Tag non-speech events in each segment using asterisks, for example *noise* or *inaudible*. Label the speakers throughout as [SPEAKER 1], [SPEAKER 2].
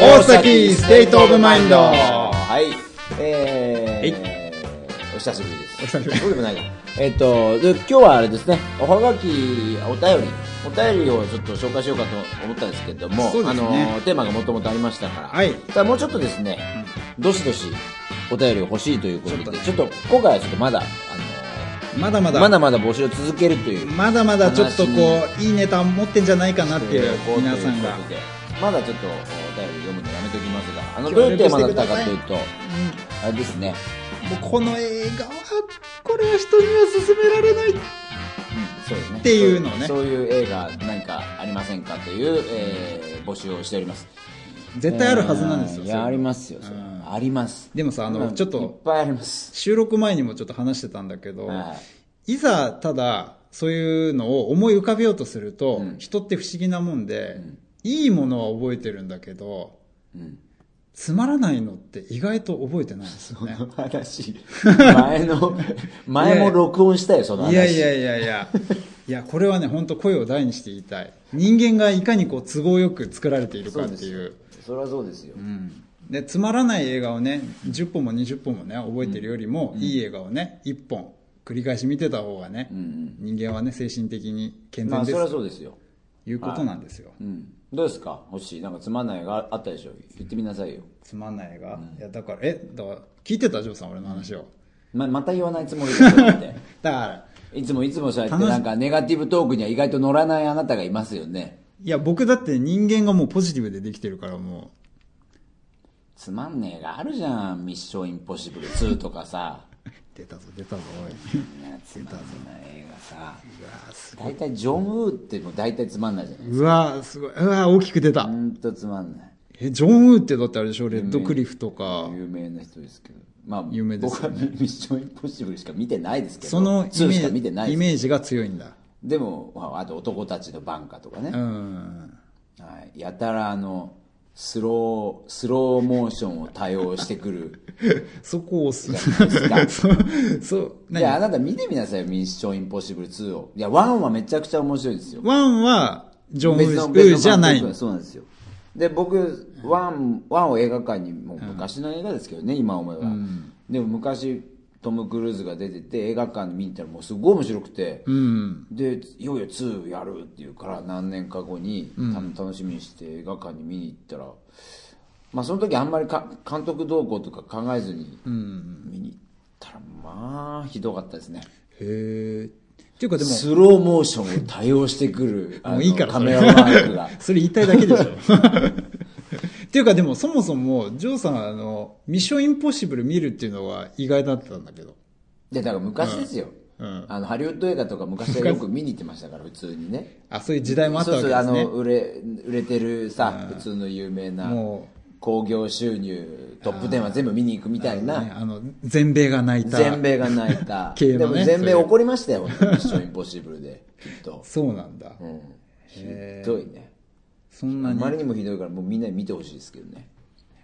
[SPEAKER 1] 大崎ステイトオブマインド
[SPEAKER 2] はい。えー、お久しぶりです。お久しぶりそうでもないな。えっと、で今日はあれですね、おはがき、お便り、お便りをちょっと紹介しようかと思ったんですけども、
[SPEAKER 1] そうで
[SPEAKER 2] あ
[SPEAKER 1] す
[SPEAKER 2] の
[SPEAKER 1] ね、
[SPEAKER 2] テーマがもともとありましたから、
[SPEAKER 1] はい
[SPEAKER 2] ただもうちょっとですね、どしどしお便りを欲しいということで、ちょ
[SPEAKER 1] ちょっとね
[SPEAKER 2] っと今回はちょっとまだ、
[SPEAKER 1] まだま
[SPEAKER 2] あの、
[SPEAKER 1] だ
[SPEAKER 2] まだまだ募集を続けるという、
[SPEAKER 1] まだまだちょっとこういいネタ持ってんじゃないかなっていう
[SPEAKER 2] こう
[SPEAKER 1] 皆さんが
[SPEAKER 2] ということでまだちょっとお便り読むのやめときますが、あの、
[SPEAKER 1] 協
[SPEAKER 2] どう
[SPEAKER 1] 力
[SPEAKER 2] いうテーマだったかというと、あれですね、
[SPEAKER 1] うんもうこの映画はこれは人には勧められない
[SPEAKER 2] そうですね。
[SPEAKER 1] っていうのをね
[SPEAKER 2] そうそういう映画何かありませんかという、えー募集をしております。
[SPEAKER 1] 絶対あるはずなんですよ
[SPEAKER 2] いや、あり
[SPEAKER 1] す
[SPEAKER 2] ますよ。それ
[SPEAKER 1] うん
[SPEAKER 2] あります。
[SPEAKER 1] でもさあの
[SPEAKER 2] うん
[SPEAKER 1] ちょっと
[SPEAKER 2] いっぱいあります。
[SPEAKER 1] 収録前にもちょっと話してたんだけど、、
[SPEAKER 2] はい
[SPEAKER 1] ざただそういうのを思い浮かべようとすると、
[SPEAKER 2] うん
[SPEAKER 1] 人って不思議なもんで、いいものは覚えてるんだけど
[SPEAKER 2] い。うん。
[SPEAKER 1] つまらないのって意外と覚えてないんですよね
[SPEAKER 2] この
[SPEAKER 1] *laughs*
[SPEAKER 2] 話、前の、前も録音したよ、その話。
[SPEAKER 1] いやいやいやいやいやこれはね本当声を大にして言いたい人間がいかにこう都合よく作られているか
[SPEAKER 2] そう
[SPEAKER 1] っ
[SPEAKER 2] で
[SPEAKER 1] て
[SPEAKER 2] す
[SPEAKER 1] い
[SPEAKER 2] よ
[SPEAKER 1] う
[SPEAKER 2] それはそうですよ。
[SPEAKER 1] でつまらない映画をね10本も20本もね覚えてるよりも、いい映画をね1本繰り返し見てた方がね、
[SPEAKER 2] うんうん
[SPEAKER 1] 人間はね精神的に健
[SPEAKER 2] ま
[SPEAKER 1] 全
[SPEAKER 2] あ、そ
[SPEAKER 1] です
[SPEAKER 2] れ
[SPEAKER 1] と
[SPEAKER 2] はそうですよ。
[SPEAKER 1] いうことなんですよ、
[SPEAKER 2] うん。どうですか星。なんかつまんない映画あったでしょ言ってみなさいよ。
[SPEAKER 1] つまんない映画、いやだからえだから聞いてたジョーさん俺の話を
[SPEAKER 2] ま、また言わないつもりでしょだって。
[SPEAKER 1] だから
[SPEAKER 2] いつもいつもそうやって
[SPEAKER 1] 楽し
[SPEAKER 2] なんかネガティブトークには意外と乗らないあなたがいますよね。
[SPEAKER 1] いや僕だって人間がもうポジティブでできてるからも
[SPEAKER 2] つまんねえがあるじゃん。ミッションインポッシブル2とかさ。
[SPEAKER 1] う出たぞ出たぞおい
[SPEAKER 2] いやつまんない映画さ。
[SPEAKER 1] うわーす
[SPEAKER 2] 大体ジョン・ウーってもう大体つまんないじゃない。
[SPEAKER 1] うわーすごいうわー大きく出た
[SPEAKER 2] ほんとつまんない。
[SPEAKER 1] えジョン・ウーってだってあれでしょレッドクリフとか
[SPEAKER 2] 有名な人ですけど。まあ、
[SPEAKER 1] 有名ですよね
[SPEAKER 2] 僕はミッションインポッシブルしか見てないですけど。
[SPEAKER 1] そのイメ
[SPEAKER 2] 2しか見て
[SPEAKER 1] ー
[SPEAKER 2] な
[SPEAKER 1] ジ
[SPEAKER 2] い
[SPEAKER 1] イ
[SPEAKER 2] です。
[SPEAKER 1] メージが強いんだ
[SPEAKER 2] でも、まああと男たちのバンカとかね。 *laughs*
[SPEAKER 1] うん
[SPEAKER 2] はい、やたらあの、スロー、スローモーションを多用してくる。
[SPEAKER 1] そこを押
[SPEAKER 2] じゃないです
[SPEAKER 1] *laughs* そうそう
[SPEAKER 2] いや、あ
[SPEAKER 1] *laughs*
[SPEAKER 2] な
[SPEAKER 1] 何
[SPEAKER 2] た見てみなさいよ、ミッションインポッシブル2を。いや、1はめちゃくちゃ面白いですよ。
[SPEAKER 1] ワンはジョン・ウ
[SPEAKER 2] 別の
[SPEAKER 1] ー
[SPEAKER 2] 別の監督
[SPEAKER 1] じゃない
[SPEAKER 2] そうなんですよ。で、僕、ワン、ワンを映画館に、もう昔の映画ですけどね、今思えば。でも昔、トム・クルーズが出てて、映画館で見に行ったらもうすごい面白くて、
[SPEAKER 1] うん
[SPEAKER 2] で、いよいよ2やるっていうから、何年か後に、た楽しみにして映画館に見に行ったら、まあその時あんまりか監督動向とか考えずに、見に行ったら、まあ、ひどかったですね。
[SPEAKER 1] へえっていうかでも
[SPEAKER 2] スローモーションを多用してくる、あ
[SPEAKER 1] も
[SPEAKER 2] の
[SPEAKER 1] ういいから
[SPEAKER 2] カ
[SPEAKER 1] それ
[SPEAKER 2] メラワークが。
[SPEAKER 1] *laughs* それ言いたいだけでしょ。っていうかでもそもそも、ジョーさんあの、ミッションインポッシブル見るっていうのは意外だったんだけど。
[SPEAKER 2] で、だから昔ですよ。
[SPEAKER 1] うん
[SPEAKER 2] あの、ハリウッド映画とか昔はよく見に行ってましたから、普通にね。
[SPEAKER 1] あ、そういう時代もあったわけ
[SPEAKER 2] そう
[SPEAKER 1] で
[SPEAKER 2] そう、あ
[SPEAKER 1] すね
[SPEAKER 2] の、。売れ、売れてるさ、普通の有名な
[SPEAKER 1] も、
[SPEAKER 2] 興行収入、トップ10は全部見に行くみたい
[SPEAKER 1] ね
[SPEAKER 2] な、
[SPEAKER 1] あの、全米が泣いた。
[SPEAKER 2] 全米が泣いた。
[SPEAKER 1] *laughs* 系
[SPEAKER 2] で
[SPEAKER 1] の
[SPEAKER 2] も
[SPEAKER 1] ね
[SPEAKER 2] 全米
[SPEAKER 1] そういう
[SPEAKER 2] 怒りましたよ、ミッションインポッシブルで、きっと。
[SPEAKER 1] そうなんだ。
[SPEAKER 2] うん。ひどいね。
[SPEAKER 1] そん
[SPEAKER 2] あ
[SPEAKER 1] なに。
[SPEAKER 2] まりにもひどいから、もうみんなに見てほしいですけどね。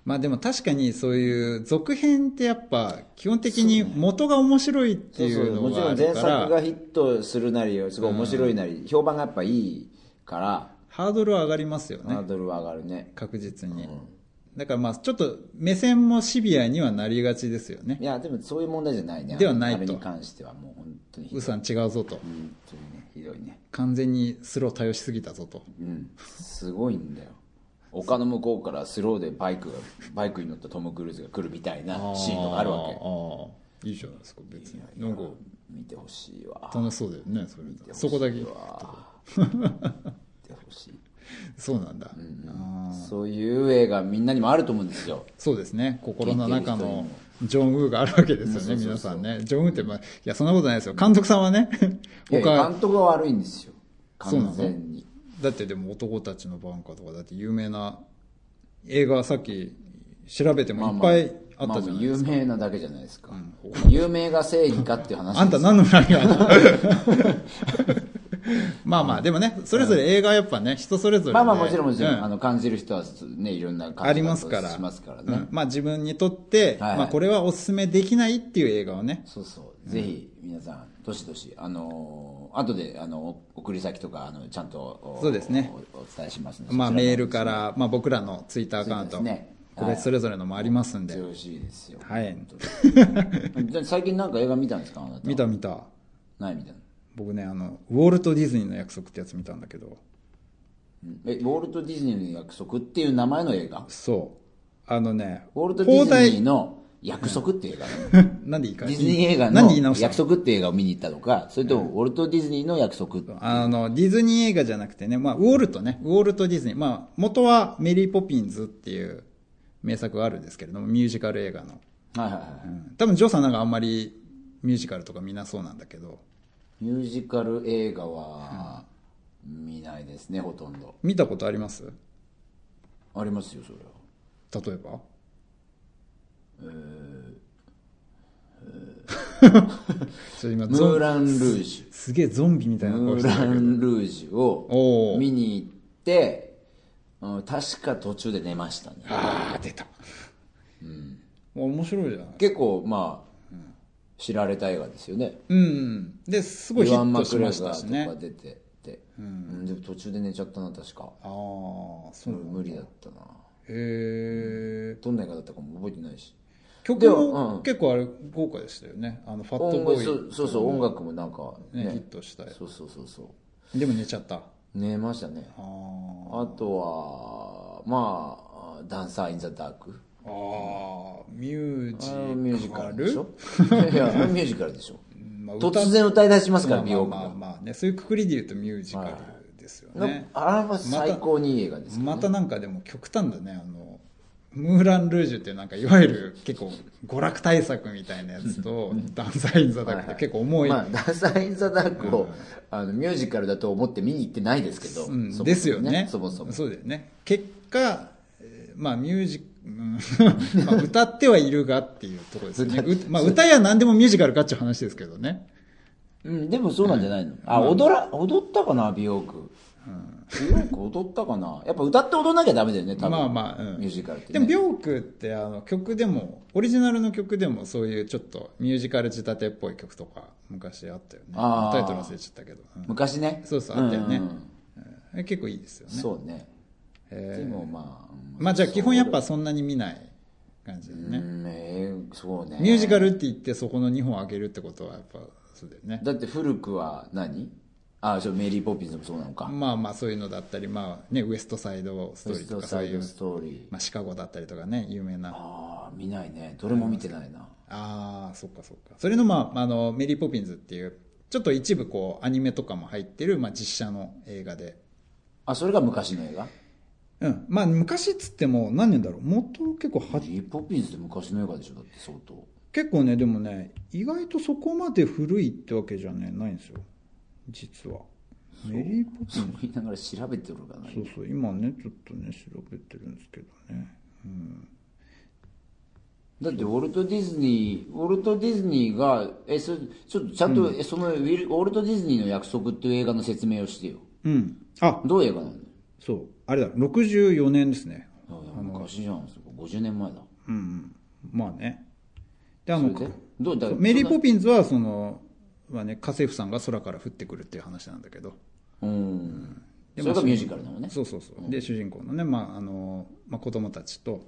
[SPEAKER 1] まあでも確かにそういう続編ってやっぱ基本的に元が面白いってい
[SPEAKER 2] そう
[SPEAKER 1] う
[SPEAKER 2] そう
[SPEAKER 1] の
[SPEAKER 2] もち
[SPEAKER 1] が
[SPEAKER 2] ろ
[SPEAKER 1] あ
[SPEAKER 2] ん
[SPEAKER 1] る
[SPEAKER 2] 前
[SPEAKER 1] か
[SPEAKER 2] 作
[SPEAKER 1] ら
[SPEAKER 2] がヒットするなりすごい面白いなり、評判がやっぱいいから
[SPEAKER 1] ハードルは上がりますよね
[SPEAKER 2] ハー。ドルは上がるね
[SPEAKER 1] 確実に。だからまあちょっと目線もシビアにはなりがちですよね
[SPEAKER 2] い。やでもそういう問題じゃないね
[SPEAKER 1] ではないと
[SPEAKER 2] あれに関してはもう本当にひど
[SPEAKER 1] ウ
[SPEAKER 2] い
[SPEAKER 1] さん違うぞと。
[SPEAKER 2] 本当にねひどいね
[SPEAKER 1] 完全にスロー対応しすぎたぞと。
[SPEAKER 2] うんすごいんだよ丘の向こうからスローでバイクがバイクに乗ったトム・クルーズが来るみたいなシーンとかあるわけ
[SPEAKER 1] け。いいじゃないですか、別に。なんか、
[SPEAKER 2] 見てほしいわ
[SPEAKER 1] 楽しそうだよね、それ。そこだけ。
[SPEAKER 2] 見てほしい
[SPEAKER 1] そうなんだ。あー
[SPEAKER 2] そういう映画みんなにもあると思うんですよ
[SPEAKER 1] そうですね、心の中
[SPEAKER 2] 聞
[SPEAKER 1] の
[SPEAKER 2] いてる人にも
[SPEAKER 1] ジョン・ウーがあるわけですよね、皆さんね。ジョン・ウーって、まあ、いや、そんなことないですよ。監督さんはね、
[SPEAKER 2] *laughs* いやいや
[SPEAKER 1] 他、
[SPEAKER 2] 監督が悪いんですよ
[SPEAKER 1] そうな
[SPEAKER 2] 完
[SPEAKER 1] の
[SPEAKER 2] 全に
[SPEAKER 1] だってでも男たちのバンカーとか、だって有名な映画さっき調べてもいっぱいあったじゃないですか。
[SPEAKER 2] まあ有名なだけじゃないですか、有名が正義かっていう話です *laughs*
[SPEAKER 1] あんた何の何があるの *laughs* まあまあ、でもね、それぞれ映画はやっぱね、人それぞれで。
[SPEAKER 2] まあまあもちろんもちろん、
[SPEAKER 1] う
[SPEAKER 2] あの感じる人はね、いろんな感
[SPEAKER 1] あ
[SPEAKER 2] じ
[SPEAKER 1] り
[SPEAKER 2] 方
[SPEAKER 1] ますから。
[SPEAKER 2] しますからね。
[SPEAKER 1] うんまあ自分にとって、
[SPEAKER 2] はいはい
[SPEAKER 1] まあこれはおすすめできないっていう映画をね。
[SPEAKER 2] そうそう。ぜひ、皆さん、どしどし、あのー後で、あの、送り先とか、あの、ちゃんとお、
[SPEAKER 1] そうですね
[SPEAKER 2] お、お伝えしますので
[SPEAKER 1] まあ
[SPEAKER 2] そちらも
[SPEAKER 1] メールから、まあ僕らのツイッターアカウン
[SPEAKER 2] そ
[SPEAKER 1] ト、
[SPEAKER 2] うですね
[SPEAKER 1] 個別それぞれのもありますんで。
[SPEAKER 2] ぜひよろしいですよ。
[SPEAKER 1] はい
[SPEAKER 2] 本当にで最近なんか映画見たんですかあなた。
[SPEAKER 1] 見た見た。
[SPEAKER 2] ないみたいな。
[SPEAKER 1] 僕ね、あの、ウォルト・ディズニーの約束ってやつ見たんだけど、
[SPEAKER 2] うんえ、ウォルト・ディズニーの約束っていう名前の映画
[SPEAKER 1] そう。あのね、
[SPEAKER 2] ウォルト・ディズニー
[SPEAKER 1] ー
[SPEAKER 2] の約束っていう映画、
[SPEAKER 1] *laughs* なんでいいか
[SPEAKER 2] ディズニー映画
[SPEAKER 1] なんで言い直
[SPEAKER 2] の
[SPEAKER 1] したの
[SPEAKER 2] 約束っていう映画を見に行ったのか、それともウォルト・ディズニーの約束。
[SPEAKER 1] あの、ディズニー映画じゃなくてね、まあ、ウォルトね、ウォルト・ディズニー。まあ、元はメリー・ポピンズっていう名作があるんですけれども、ミュージカル映画の。
[SPEAKER 2] はいはいはい。
[SPEAKER 1] うん多分、ジョーさんなんかあんまりミュージカルとか見なそうなんだけど、
[SPEAKER 2] ミュージカル映画は、見ないですね、ほとんど。
[SPEAKER 1] 見たことあります
[SPEAKER 2] ありますよ、それは。
[SPEAKER 1] 例えばえ今
[SPEAKER 2] ム
[SPEAKER 1] ゾ
[SPEAKER 2] ー
[SPEAKER 1] ン
[SPEAKER 2] ラン・ルージ
[SPEAKER 1] すげえゾンビみたい
[SPEAKER 2] ュ。
[SPEAKER 1] な
[SPEAKER 2] ムー
[SPEAKER 1] 顔してた
[SPEAKER 2] ラ
[SPEAKER 1] けど。
[SPEAKER 2] ン・ルージュ
[SPEAKER 1] お
[SPEAKER 2] を
[SPEAKER 1] ー
[SPEAKER 2] 見に行って、うん確か途中で寝ましたね。
[SPEAKER 1] ああ、出た。うん。面白いじゃない
[SPEAKER 2] 結構、まあ、知られた映画ですよね。
[SPEAKER 1] うん。で、すごいヒ
[SPEAKER 2] イワン・
[SPEAKER 1] ッ
[SPEAKER 2] マ
[SPEAKER 1] トし
[SPEAKER 2] ク
[SPEAKER 1] ま
[SPEAKER 2] レガ
[SPEAKER 1] したし
[SPEAKER 2] ー
[SPEAKER 1] ね
[SPEAKER 2] とか。出てて、うんでも途中で寝ちゃったな、確か。
[SPEAKER 1] ああ、そうなんだ。
[SPEAKER 2] 無理だったな。
[SPEAKER 1] へえ。
[SPEAKER 2] どんな映画だったかも覚えてないし。
[SPEAKER 1] 曲
[SPEAKER 2] でもう
[SPEAKER 1] も結構あれ豪華でしたよね。あの、ファット
[SPEAKER 2] 音
[SPEAKER 1] ボ
[SPEAKER 2] 楽そ
[SPEAKER 1] ー
[SPEAKER 2] うそうそう、音楽もなんか
[SPEAKER 1] イ、ねヒッ
[SPEAKER 2] ね。
[SPEAKER 1] トしたよ。
[SPEAKER 2] そうそうそうそう。
[SPEAKER 1] でも寝ちゃった。あ
[SPEAKER 2] 寝ましたね。
[SPEAKER 1] あー。
[SPEAKER 2] あとは、まあ、ダンサー・イン・ザ・ダーク。
[SPEAKER 1] ああ、ミュージ
[SPEAKER 2] あ
[SPEAKER 1] カ
[SPEAKER 2] れ
[SPEAKER 1] ル。
[SPEAKER 2] ミュージカルでしょ *laughs* いや、あれミュージカルでしょ。
[SPEAKER 1] まあ
[SPEAKER 2] 突然歌い出しますから、美
[SPEAKER 1] まあ
[SPEAKER 2] 容
[SPEAKER 1] まあ
[SPEAKER 2] が。
[SPEAKER 1] まあね、そういうくくりで言うとミュージカルですよね。
[SPEAKER 2] あれは最高にいい映画ですけど
[SPEAKER 1] またなんかでも極端だね、あの、ムーラン・ルージュっていうなんかいわゆる結構娯楽対策みたいなやつと、ダンサイン・ザ・ダークって結構重い。
[SPEAKER 2] まあ、ダンサー・イン・ザ・ダークを、あのミュージカルだと思って見に行ってないですけど。
[SPEAKER 1] う
[SPEAKER 2] そもそ
[SPEAKER 1] ん、
[SPEAKER 2] も
[SPEAKER 1] ですよね。
[SPEAKER 2] そもそも。
[SPEAKER 1] そうだよね。結果、えーまあミュージック、うんまあ歌ってはいるがっていうところですね。うまあ歌や何でもミュージカルかっていう話ですけどね。
[SPEAKER 2] うん、でもそうなんじゃないの、あ、踊ら、踊ったかな、美容区。美容区踊ったかなやっぱ歌って踊んなきゃダメだよね、多分。
[SPEAKER 1] まあまあ、うん
[SPEAKER 2] ミュージカルって、ね。
[SPEAKER 1] でも、ビョークってあの曲でも、オリジナルの曲でもそういうちょっとミュージカル仕立てっぽい曲とか昔あったよね。
[SPEAKER 2] あー
[SPEAKER 1] タイトル忘れちゃったけど。うん
[SPEAKER 2] 昔ね。
[SPEAKER 1] そうそう、あったよね
[SPEAKER 2] んうんうん。
[SPEAKER 1] うん結構いいですよね。
[SPEAKER 2] そうね。でもまあ、うん
[SPEAKER 1] まあじゃあ基本やっぱそんなに見ない感じだよ
[SPEAKER 2] う
[SPEAKER 1] ね。
[SPEAKER 2] ん、えーそうね。
[SPEAKER 1] ミュージカルって言ってそこの2本上げるってことはやっぱそうだよね。
[SPEAKER 2] だって古くは何あ、そう、メリー・ポピンズもそうなのか。
[SPEAKER 1] まあまあそういうのだったり、まあね、ウエストサイドスト
[SPEAKER 2] ウ
[SPEAKER 1] ー
[SPEAKER 2] エ
[SPEAKER 1] リ
[SPEAKER 2] ス
[SPEAKER 1] ーと
[SPEAKER 2] ト
[SPEAKER 1] かそ
[SPEAKER 2] サ
[SPEAKER 1] う
[SPEAKER 2] イ
[SPEAKER 1] い
[SPEAKER 2] ド
[SPEAKER 1] う、
[SPEAKER 2] ストーリー。
[SPEAKER 1] まあシカゴだったりとかね、有名な。
[SPEAKER 2] ああ、見ないね。どれも見てないな。
[SPEAKER 1] ああ、そっかそっか。それの、まあ、あの、メリーポピンズっていう、ちょっと一部こう、アニメとかも入ってる、まあ、実写の映画で。
[SPEAKER 2] あ、それが昔の映画
[SPEAKER 1] うん。まあ、昔っつっても、何年だろう。元結構は
[SPEAKER 2] メ、リー・ポピンズって昔の映画でしょだって相
[SPEAKER 1] *laughs*
[SPEAKER 2] 当。
[SPEAKER 1] 結構ね、でもね、意外とそこまで古いってわけじゃね、ないんですよ。実は。メリーポピ
[SPEAKER 2] そ
[SPEAKER 1] ン
[SPEAKER 2] う言いながら調べてるがない。
[SPEAKER 1] ズ。そうそう、今ね、ちょっとね、調べてるんですけどね。うん。
[SPEAKER 2] だってウォルト・ディズニー、ウォルト・ディズニーが、え、そちょっとちゃんと、えそのウィル、ウォルト・ディズニーの約束っていう映画の説明をしてよ。
[SPEAKER 1] うん。あ、
[SPEAKER 2] どういう映画なの
[SPEAKER 1] そう。あれだ、64年ですね。
[SPEAKER 2] あ昔じゃん、そこ50年前だ。
[SPEAKER 1] うんうん。まあね。で、あ
[SPEAKER 2] そ
[SPEAKER 1] の
[SPEAKER 2] れ、でどうだ
[SPEAKER 1] そうメリー・
[SPEAKER 2] ピ
[SPEAKER 1] ポピンズはその、まあね、家政婦さんが空から降ってくるっていう話なんだけど、
[SPEAKER 2] うん。それがミュージカルなのね。
[SPEAKER 1] そうそうそう、で主人公のね、まああのまあ、子供たちと、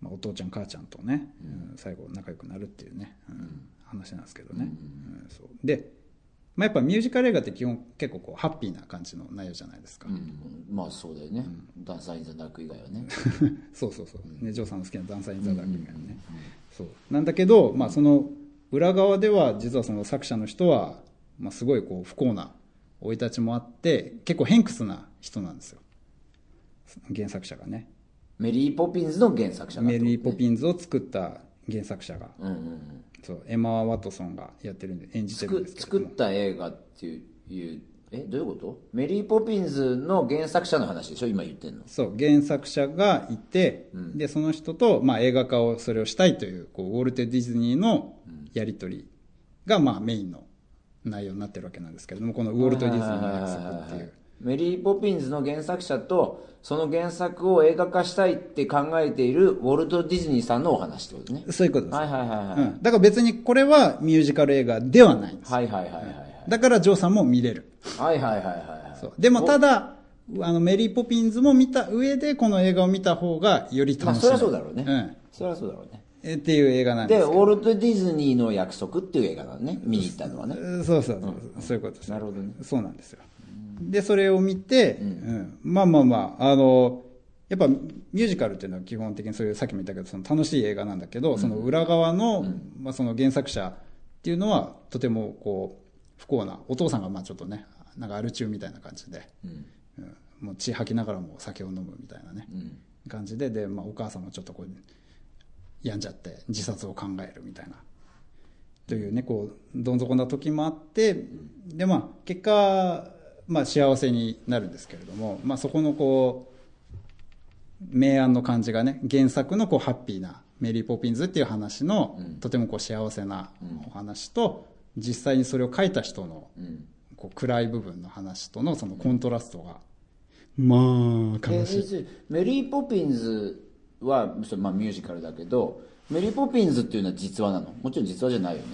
[SPEAKER 1] まあ、お父ちゃん母ちゃんとね、うん最後仲良くなるっていうね、うん話なんですけどね、うんそうで、まあ、やっぱミュージカル映画って基本結構こうハッピーな感じの内容じゃないですか、
[SPEAKER 2] うん、まあそうだよね。ダンサー・イン・ザ・ダーク以外はね。
[SPEAKER 1] *laughs* そうそうそう、ね、ジョーさんの好きなダンサー・イン・ザ・ダークみたいなね、そうなんだけど、まあ、その裏側では実はその作者の人は、まあ、すごいこう不幸な生い立ちもあって結構偏屈な人なんですよ原作者がね
[SPEAKER 2] メリー・ポピンズの原作者が
[SPEAKER 1] メリー・ポピンズを作った原作者が、
[SPEAKER 2] うんうんうん。
[SPEAKER 1] そうエマ・ワトソンがやってるんで演じてる
[SPEAKER 2] 作
[SPEAKER 1] んですけど
[SPEAKER 2] 作った映画っていういう、え、どういうことメリー・ポピンズの原作者の話でしょ今言ってんの。
[SPEAKER 1] そう原作者がいて、でその人と、まあ、映画化をそれをしたいというこうウォルテ・ディズニーのやり取りが、まあ、メインの内容になってるわけなんですけれども、このウォルト・ディズニーの約束っていう。
[SPEAKER 2] メリー・ポピンズの原作者と、その原作を映画化したいって考えているウォルト・ディズニーさんのお話ってことね。
[SPEAKER 1] そういうことです。
[SPEAKER 2] はいはいはいはい。
[SPEAKER 1] うん。だから別にこれはミュージカル映画ではないんです。
[SPEAKER 2] はいはいはいはい。
[SPEAKER 1] だからジョーさんも見れる。
[SPEAKER 2] はいはいはいはい。
[SPEAKER 1] そう。でもただ、あの、メリー・ポピンズも見た上で、この映画を見た方がより
[SPEAKER 2] まあ
[SPEAKER 1] 楽しい。
[SPEAKER 2] そりゃそうだろうね。
[SPEAKER 1] うん。
[SPEAKER 2] そりゃそうだろうね。
[SPEAKER 1] えっていう映画なんで
[SPEAKER 2] で、
[SPEAKER 1] す
[SPEAKER 2] ウォルト・ディズニーの約束っていう映画なのね。見に行ったのはね。
[SPEAKER 1] うんそうそうそう、そういうことです。
[SPEAKER 2] なるほどね。
[SPEAKER 1] そうなんですよ。で、それを見て、うんまあまあまあ、あの、やっぱミュージカルっていうのは基本的にそういう、さっきも言ったけど、その楽しい映画なんだけど、その裏側の、まあその原作者っていうのは、とてもこう、不幸な、お父さんがまあちょっとね、なんかアル中みたいな感じで、
[SPEAKER 2] うん。
[SPEAKER 1] うんもう血吐きながらも酒を飲むみたいなね、
[SPEAKER 2] うん。
[SPEAKER 1] 感じで、で、まあお母さんもちょっとこう、病んじゃって自殺を考えるみたいな。というね、こう、どん底な時もあって、で、まあ結果、まあ幸せになるんですけれども、まあそこのこう、明暗の感じがね、原作のこうハッピーなメリーポピンズっていう話の、
[SPEAKER 2] うん
[SPEAKER 1] とてもこう幸せなお話と、実際にそれを書いた人の
[SPEAKER 2] うん。
[SPEAKER 1] こう暗い部分の話とのそのコントラストが、まあ、
[SPEAKER 2] え
[SPEAKER 1] 悲しい。
[SPEAKER 2] メリー・ポピンズは、それまあ、ミュージカルだけど、メリー・ポピンズっていうのは実話なのもちろん実話じゃないよね。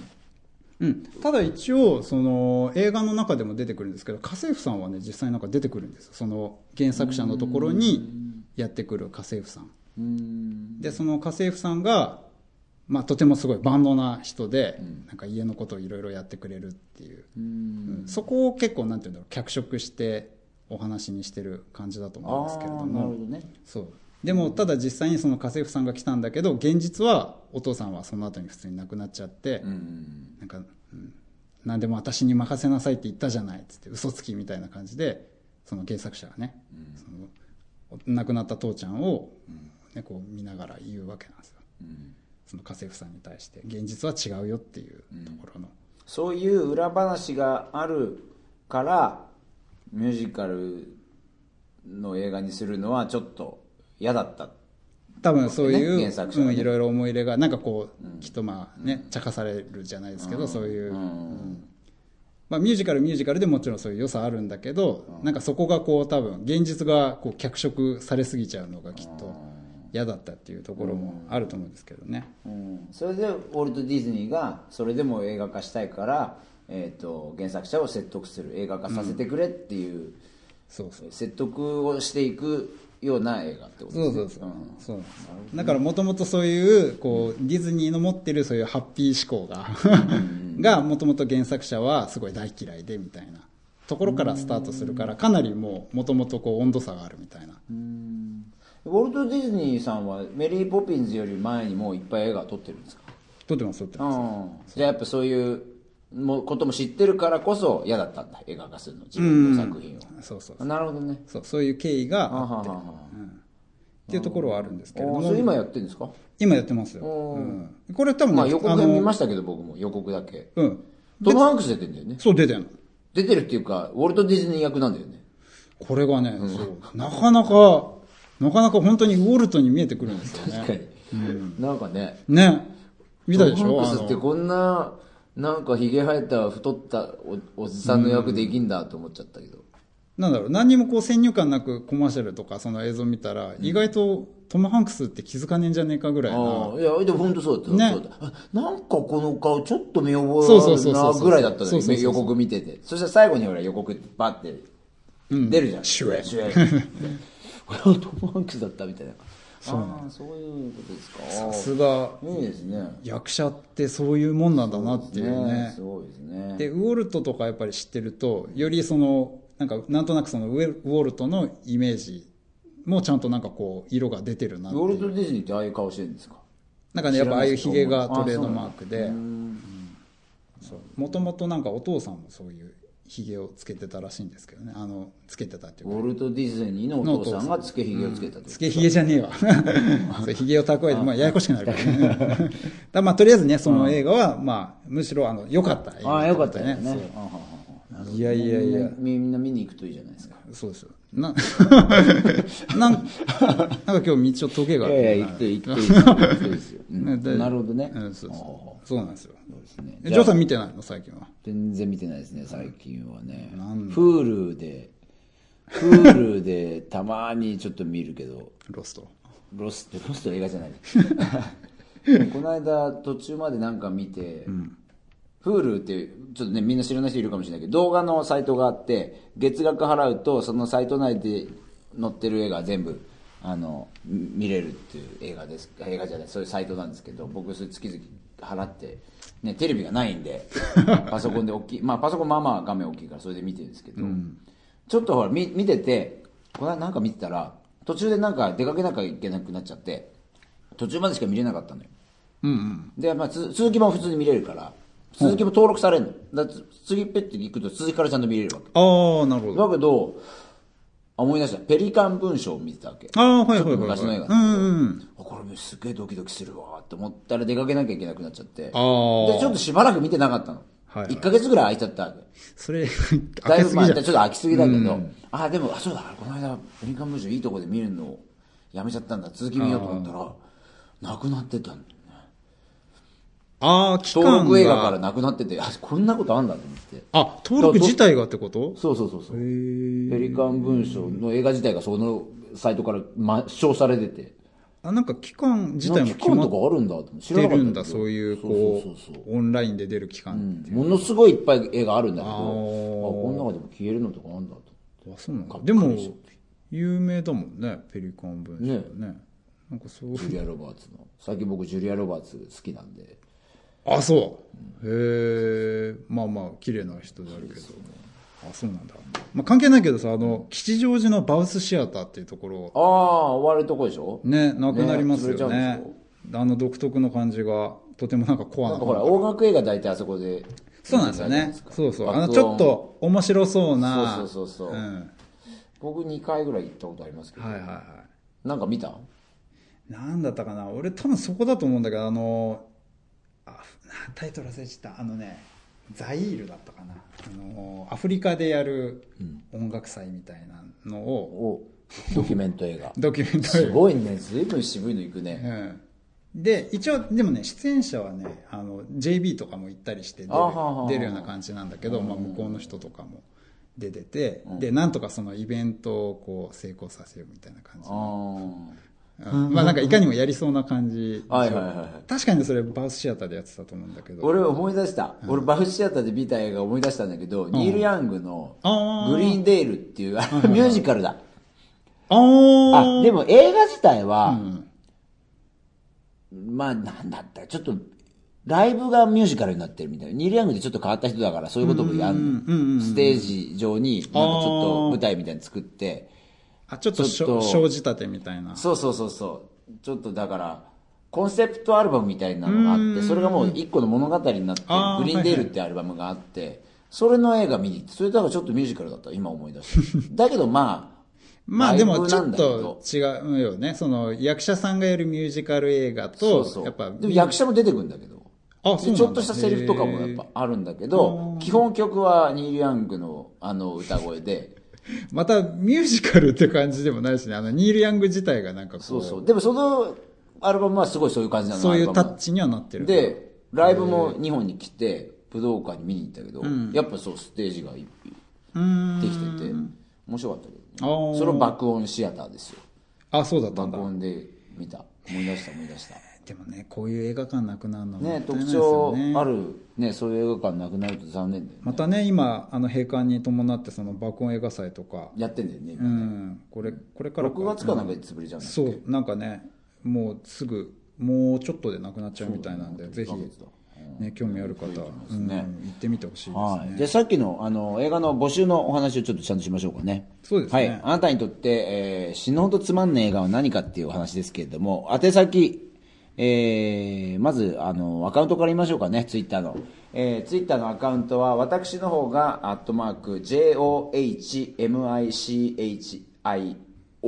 [SPEAKER 1] うん、ただ一応その映画の中でも出てくるんですけど家政婦さんはね実際なんか出てくるんですよその原作者のところにやってくる家政婦さん
[SPEAKER 2] うーん。
[SPEAKER 1] でその家政婦さんが、まあ、とてもすごい万能な人で、なんか家のことをいろいろやってくれるっていう、
[SPEAKER 2] うーん
[SPEAKER 1] うんそこを結構なんていうんだろう脚色してお話にしてる感じだと思うんですけれど
[SPEAKER 2] あーなるほ
[SPEAKER 1] も
[SPEAKER 2] どね。
[SPEAKER 1] そうでもただ実際にその家政婦さんが来たんだけど現実はお父さんはその後に普通に亡くなっちゃって、
[SPEAKER 2] うん。
[SPEAKER 1] なんか、うん、何でも私に任せなさいって言ったじゃないっつって嘘つきみたいな感じでその原作者がね、そのお亡くなった父ちゃんを、ね、こう見ながら言うわけなんですよ
[SPEAKER 2] うん
[SPEAKER 1] その家政婦さんに対して現実は違うよっていうところの、
[SPEAKER 2] そういう裏話があるから、ミュージカルの映画にするのはちょっと嫌だった。
[SPEAKER 1] 多分そういう、
[SPEAKER 2] ね原作者が
[SPEAKER 1] う
[SPEAKER 2] ね
[SPEAKER 1] ん、いろいろ思い入れがなんかこう、きっとまあね、茶化されるじゃないですけど、そういう、
[SPEAKER 2] うん
[SPEAKER 1] うんまあ、ミュージカルミュージカルでもちろんそういう良さあるんだけど、なんかそこがこう多分現実がこう脚色されすぎちゃうのがきっと嫌だったっていうところもあると思うんですけどね、
[SPEAKER 2] うん、それでウォルト・ディズニーがそれでも映画化したいから、えー、と原作者を説得する映画化させてくれっていう、
[SPEAKER 1] そうそう
[SPEAKER 2] 説得をしていくような映画ってこと
[SPEAKER 1] そ
[SPEAKER 2] で
[SPEAKER 1] う
[SPEAKER 2] す
[SPEAKER 1] そ
[SPEAKER 2] ね
[SPEAKER 1] うそう、そうなんですよだからもともとそういうこうディズニーの持ってるそういうハッピー思考ががもともと原作者はすごい大嫌いでみたいなところからスタートするからかなりもうもともとこう温度差があるみたいな
[SPEAKER 2] ウォルト・ディズニーさんはメリー・ポピンズより前にもういっぱい映画撮ってるんですか、
[SPEAKER 1] 撮ってます撮って
[SPEAKER 2] う
[SPEAKER 1] ます
[SPEAKER 2] ん、じゃあやっぱそういうもことも知ってるからこそ嫌だったんだ映画化するの自分の作品を、
[SPEAKER 1] そうそう
[SPEAKER 2] なるほどね
[SPEAKER 1] そうそういう経緯が
[SPEAKER 2] あは
[SPEAKER 1] あ
[SPEAKER 2] は
[SPEAKER 1] って
[SPEAKER 2] は
[SPEAKER 1] っていうところはあるんですけれど
[SPEAKER 2] お
[SPEAKER 1] も
[SPEAKER 2] それ今やってるんですか
[SPEAKER 1] 今やってますよ、
[SPEAKER 2] おー
[SPEAKER 1] うん、これ多分ね
[SPEAKER 2] まあ予告で見
[SPEAKER 1] あの
[SPEAKER 2] ましたけど僕も予告だけ
[SPEAKER 1] うん
[SPEAKER 2] トム・ハンクス出てんだよね
[SPEAKER 1] そう出てんの
[SPEAKER 2] 出てるっていうか、ウォルト・ディズニー役なんだよね。
[SPEAKER 1] これがね、そうなかなかなかなか本当にウォルトに見えてくるんですよね
[SPEAKER 2] 確かに。なんかね。
[SPEAKER 1] ね。見たでし
[SPEAKER 2] トム
[SPEAKER 1] ょ
[SPEAKER 2] ハンクスってこんな、なんか髭生えた太ったおおじさんの役できんだと思っちゃったけど。
[SPEAKER 1] あのなんだろう、何にもこう先入観なくコマーシャルとかその映像見たら、意外とトム・ハンクスって気づかねえんじゃねえかぐらいな。
[SPEAKER 2] ああ、いや、でも本当そうだった。
[SPEAKER 1] ね
[SPEAKER 2] そうだったあなんかこの顔ちょっと見
[SPEAKER 1] そうそ
[SPEAKER 2] 覚え
[SPEAKER 1] うそう
[SPEAKER 2] る
[SPEAKER 1] そ
[SPEAKER 2] な
[SPEAKER 1] うそう
[SPEAKER 2] ぐらいだったの
[SPEAKER 1] そうそうそう
[SPEAKER 2] よ、予告見てて。そしたら最後にほら予告バッて出るじゃん。
[SPEAKER 1] 主演
[SPEAKER 2] 主演。
[SPEAKER 1] *laughs*
[SPEAKER 2] これはトム・ハンクスだったみたいな。そうああ、そういうことですか。
[SPEAKER 1] さすが、
[SPEAKER 2] いいですね。
[SPEAKER 1] 役者ってそういうもんなんだなっていうね
[SPEAKER 2] す。ごいですね。
[SPEAKER 1] で、ウォルトとかやっぱり知ってると、よりその、なんか、なんとなくそのウェウォルトのイメージもちゃんとなんかこう、色が出てるなって
[SPEAKER 2] ウ
[SPEAKER 1] いう
[SPEAKER 2] ォルト・ディズニーってああいう顔してるんですか
[SPEAKER 1] なんかね、やっぱああいうヒゲがトレードマーク
[SPEAKER 2] う
[SPEAKER 1] で、
[SPEAKER 2] ん
[SPEAKER 1] もともとなんかお父さんもそういうヒゲをつけてたらしいんですけどね。あの、つけてたっていうか
[SPEAKER 2] ウォルト・ディズニーのお父さんがつけひげをつけたと
[SPEAKER 1] つけひげじゃね
[SPEAKER 2] *laughs*
[SPEAKER 1] えわ。それひげを蓄えて、まあ、ややこしくなるからね。 *laughs* だからまあ、とりあえずね、その映画は、まあ、むしろ、あの、良かった映画
[SPEAKER 2] ああよかったよ
[SPEAKER 1] だ
[SPEAKER 2] ね
[SPEAKER 1] そういやいやいや、
[SPEAKER 2] みんなみんな見に行くといいじゃないですか
[SPEAKER 1] そうですよ。
[SPEAKER 2] *laughs*
[SPEAKER 1] な、 *laughs* なんなんか今日道を時計があ
[SPEAKER 2] い
[SPEAKER 1] る。
[SPEAKER 2] やいや、生きてる、生きてる、生きてるですよ。う
[SPEAKER 1] ね
[SPEAKER 2] ん
[SPEAKER 1] *laughs* で
[SPEAKER 2] なるほどね。
[SPEAKER 1] うん、そう
[SPEAKER 2] あ
[SPEAKER 1] そう。そうなんですよ。
[SPEAKER 2] あそうですね
[SPEAKER 1] え、
[SPEAKER 2] じ
[SPEAKER 1] ジ
[SPEAKER 2] ゃあ
[SPEAKER 1] ョーさん見てないの最近は。
[SPEAKER 2] 全然見てないですね、最近はね
[SPEAKER 1] なん。だ
[SPEAKER 2] Hulu で、Hulu でたまにちょっと見るけど、
[SPEAKER 1] ロスト。
[SPEAKER 2] ロスト、ロスト映画じゃない。
[SPEAKER 1] *laughs*
[SPEAKER 2] この間途中までなんか見て、Hulu って、ちょっとね、みんな知らない人いるかもしれないけど、動画のサイトがあって、月額払うと、そのサイト内で載ってる映画全部、あの、み見れるっていう映画です。映画じゃない、そういうサイトなんですけど、僕、それ月々払って、ね、テレビがないんで、パソコンで大きい、まあ、パソコンまあまあ画面大きいから、それで見てるんですけど、ちょっとほら、み見てて、この間なんか見てたら、途中でなんか出かけなきゃいけなくなっちゃって、途中までしか見れなかったのよ。
[SPEAKER 1] うんうん。
[SPEAKER 2] で、まあ、つ続きも普通に見れるから、続きも登録されるの。だつ次ペッて行くと続きからちゃんと見れるわけ。
[SPEAKER 1] ああ、なるほど。
[SPEAKER 2] だけど、あ思い出した。ペリカン文章を見てたわけ。
[SPEAKER 1] ああ、はいはいはい、はい。
[SPEAKER 2] 昔の映画
[SPEAKER 1] うんうんうん。
[SPEAKER 2] あこれすげえドキドキするわーって思ったら出かけなきゃいけなくなっちゃって。で、ち
[SPEAKER 1] あー
[SPEAKER 2] ょっとしばらく見てなかったの。
[SPEAKER 1] はいはい
[SPEAKER 2] 1ヶ月ぐらい空いちゃったわけ。
[SPEAKER 1] それ、
[SPEAKER 2] だ
[SPEAKER 1] 開
[SPEAKER 2] い
[SPEAKER 1] け
[SPEAKER 2] ぶ、
[SPEAKER 1] す
[SPEAKER 2] ま
[SPEAKER 1] ぎ
[SPEAKER 2] あ、
[SPEAKER 1] じ
[SPEAKER 2] ち
[SPEAKER 1] ゃ
[SPEAKER 2] ょっと
[SPEAKER 1] ん。
[SPEAKER 2] 空きすぎだけど、あ、でも、あ、そうだ、この間、ペリカン文章いいとこで見るのをやめちゃったんだ。続き見ようと思ったら、なくなってたんだよね。
[SPEAKER 1] ああ、期間が。
[SPEAKER 2] 登録映画からなくなってて、あ、こんなことあんだと思って。
[SPEAKER 1] あ、登録自体がってこと
[SPEAKER 2] そうそうそうそう。ペ
[SPEAKER 1] へえ。
[SPEAKER 2] リカン文章の映画自体がそのサイトから抹消されてて。
[SPEAKER 1] あ、なんか期間自体
[SPEAKER 2] なん
[SPEAKER 1] も
[SPEAKER 2] か期
[SPEAKER 1] 決
[SPEAKER 2] 間
[SPEAKER 1] まっ
[SPEAKER 2] とかあるんだと思って知ら
[SPEAKER 1] て
[SPEAKER 2] なかっ
[SPEAKER 1] る
[SPEAKER 2] た
[SPEAKER 1] ん
[SPEAKER 2] けど
[SPEAKER 1] だ、そういう、
[SPEAKER 2] そ
[SPEAKER 1] こ
[SPEAKER 2] うそうそう
[SPEAKER 1] う、オンラインで出る期間って
[SPEAKER 2] うものすごいいっぱい映画あるんだけど、あ、
[SPEAKER 1] あー
[SPEAKER 2] この中でも消えるのとかあるんだと思って。
[SPEAKER 1] あそうなんだ
[SPEAKER 2] っかり
[SPEAKER 1] でも有名だもんねペリカン文章ねなんかそう
[SPEAKER 2] ジュリア・ロバーツの。最近僕ジュリア・ロバーツ好きなんで。
[SPEAKER 1] あそう、へえまあまあ綺麗な人であるけどあそうなんだ、まあ、関係ないけどさあの吉祥寺のバウスシアターっていうところ
[SPEAKER 2] ああ、終わるとこでしょ
[SPEAKER 1] ねなくなります
[SPEAKER 2] ね潰れちゃ
[SPEAKER 1] よ
[SPEAKER 2] うん
[SPEAKER 1] ね
[SPEAKER 2] で
[SPEAKER 1] あの独特の感じがとてもなんかコア
[SPEAKER 2] な
[SPEAKER 1] なん
[SPEAKER 2] かほら、
[SPEAKER 1] 感
[SPEAKER 2] 音楽映画大体あそこで。
[SPEAKER 1] そうなんですよねそうそうあの
[SPEAKER 2] 爆
[SPEAKER 1] ち
[SPEAKER 2] 音
[SPEAKER 1] ょっ。と面白そうな、
[SPEAKER 2] そうそうそうそうん僕2回ぐらい行ったことありますけど。
[SPEAKER 1] はいはいはい
[SPEAKER 2] なんか見た
[SPEAKER 1] なんだったかな俺多分そこだと思うんだけど、あの、あタイトル忘れちゃった。あのね、ザイールだったかな。あの、アフリカでやる音楽祭みたいなのを、。
[SPEAKER 2] おドキュメント映画
[SPEAKER 1] ドキュメント
[SPEAKER 2] す
[SPEAKER 1] で。
[SPEAKER 2] ごいね。随分渋いの行くね。
[SPEAKER 1] うん。で、一応、でもね、出演者はね、あの、JB とかも行ったりして出る
[SPEAKER 2] あはあはあ
[SPEAKER 1] 出るような感じなんだけど、まあ、向こうの人とかも出てて、で、なんとかそのイベントをこう、成功させるみたいな感じ。うんまあなんかいかにもやりそうな感じ。
[SPEAKER 2] はいはいはいはい
[SPEAKER 1] 確かにそれバウスシアターでやってたと思うんだけど。
[SPEAKER 2] 俺思い出した。俺バフシアターで見た映画思い出したんだけど、ニール・ヤングの
[SPEAKER 1] あー
[SPEAKER 2] グリーンデールっていう、あのミュージカルだ。
[SPEAKER 1] あー
[SPEAKER 2] あ、でも映画自体は
[SPEAKER 1] う、ん
[SPEAKER 2] まあなんだったらちょっと、ライブがミュージカルになってるみたいな。ニール・ヤングでちょっと変わった人だから、そういうこともやん
[SPEAKER 1] うんうんうんう
[SPEAKER 2] の。ステージ上に、なんかちょっと舞台みたいに作って、
[SPEAKER 1] あ、ちょっとし
[SPEAKER 2] ちょっ
[SPEAKER 1] ょ
[SPEAKER 2] と
[SPEAKER 1] 生じたてみたいな。
[SPEAKER 2] そうそうそうそう。ちょっとだから、コンセプトアルバムみたいなのがあって、それがもう一個の物語になって、グ
[SPEAKER 1] あー
[SPEAKER 2] リーンデールってアルバムがあって、それの映画見に行って、それだからちょっとミュージカルだった、今思い出
[SPEAKER 1] *laughs*
[SPEAKER 2] した。だけどまあ、
[SPEAKER 1] まあ
[SPEAKER 2] ライ
[SPEAKER 1] で
[SPEAKER 2] ブ
[SPEAKER 1] もち
[SPEAKER 2] な
[SPEAKER 1] ょ
[SPEAKER 2] ん
[SPEAKER 1] っ
[SPEAKER 2] だけ
[SPEAKER 1] と
[SPEAKER 2] ど、
[SPEAKER 1] 違うよね。その役者さんがやるミュージカル映画
[SPEAKER 2] そう
[SPEAKER 1] と、
[SPEAKER 2] そう。
[SPEAKER 1] やっぱ、
[SPEAKER 2] でも役者も出てくるんだけど。で
[SPEAKER 1] あそうなんだ
[SPEAKER 2] ちょっとしたセリフとかもやっぱあるんだけど、基本曲はニール・ヤングのあの歌声
[SPEAKER 1] *laughs*
[SPEAKER 2] で、
[SPEAKER 1] またミュージカルって感じでもないしね。あの、ニール・ヤング自体がなんかこ、
[SPEAKER 2] そううそう。でもそのアルバムはすごいそういう感じなの
[SPEAKER 1] そうい
[SPEAKER 2] ア
[SPEAKER 1] う
[SPEAKER 2] ル
[SPEAKER 1] タ
[SPEAKER 2] バム
[SPEAKER 1] ッチにはなってる。
[SPEAKER 2] で、ライブも日本に来て、武道館に見に行ったけど、やっぱそう、ステージがい
[SPEAKER 1] うんうん。
[SPEAKER 2] できてて、面白かったけ
[SPEAKER 1] あ
[SPEAKER 2] ど、
[SPEAKER 1] ー
[SPEAKER 2] ね、それを爆音シアターですよ。
[SPEAKER 1] あ、そうだったんだ
[SPEAKER 2] 爆。音で見た。思い出した、思い出した。
[SPEAKER 1] でもね、こういう映画館なくなるのはもったい
[SPEAKER 2] ね、
[SPEAKER 1] ない
[SPEAKER 2] 特
[SPEAKER 1] ですよ
[SPEAKER 2] 徴
[SPEAKER 1] ね。
[SPEAKER 2] ある、ね、そういう映画館なくなると残念だよね。
[SPEAKER 1] またね、今、あの、閉館に伴って、その、爆音映画祭とか、
[SPEAKER 2] やってんだよね、
[SPEAKER 1] う
[SPEAKER 2] 今ね。
[SPEAKER 1] ん、これ、これから
[SPEAKER 2] 6月かなんかで潰れちゃうんだよ
[SPEAKER 1] そう、なんかね、もうすぐ、もうちょっとでなくなっちゃうみたいなんで、ぜひ
[SPEAKER 2] 一ヶ月だ、
[SPEAKER 1] ね、興味ある方、うん行ってみてほしいです
[SPEAKER 2] は
[SPEAKER 1] ね。
[SPEAKER 2] い。じゃあさっきの、あの、映画の募集のお話をちょっとちゃんとしましょうかね。
[SPEAKER 1] そうですね
[SPEAKER 2] はい。あなたにとって、えー、死ぬほどつまんねえ映画は何かっていうお話ですけれども、宛先、えー、まず、あの、アカウントから言いましょうかね、ツイッターの。えー、ツイッターのアカウントは、私の方が、アットマーク、J-O-H-M-I-C-H-I-O。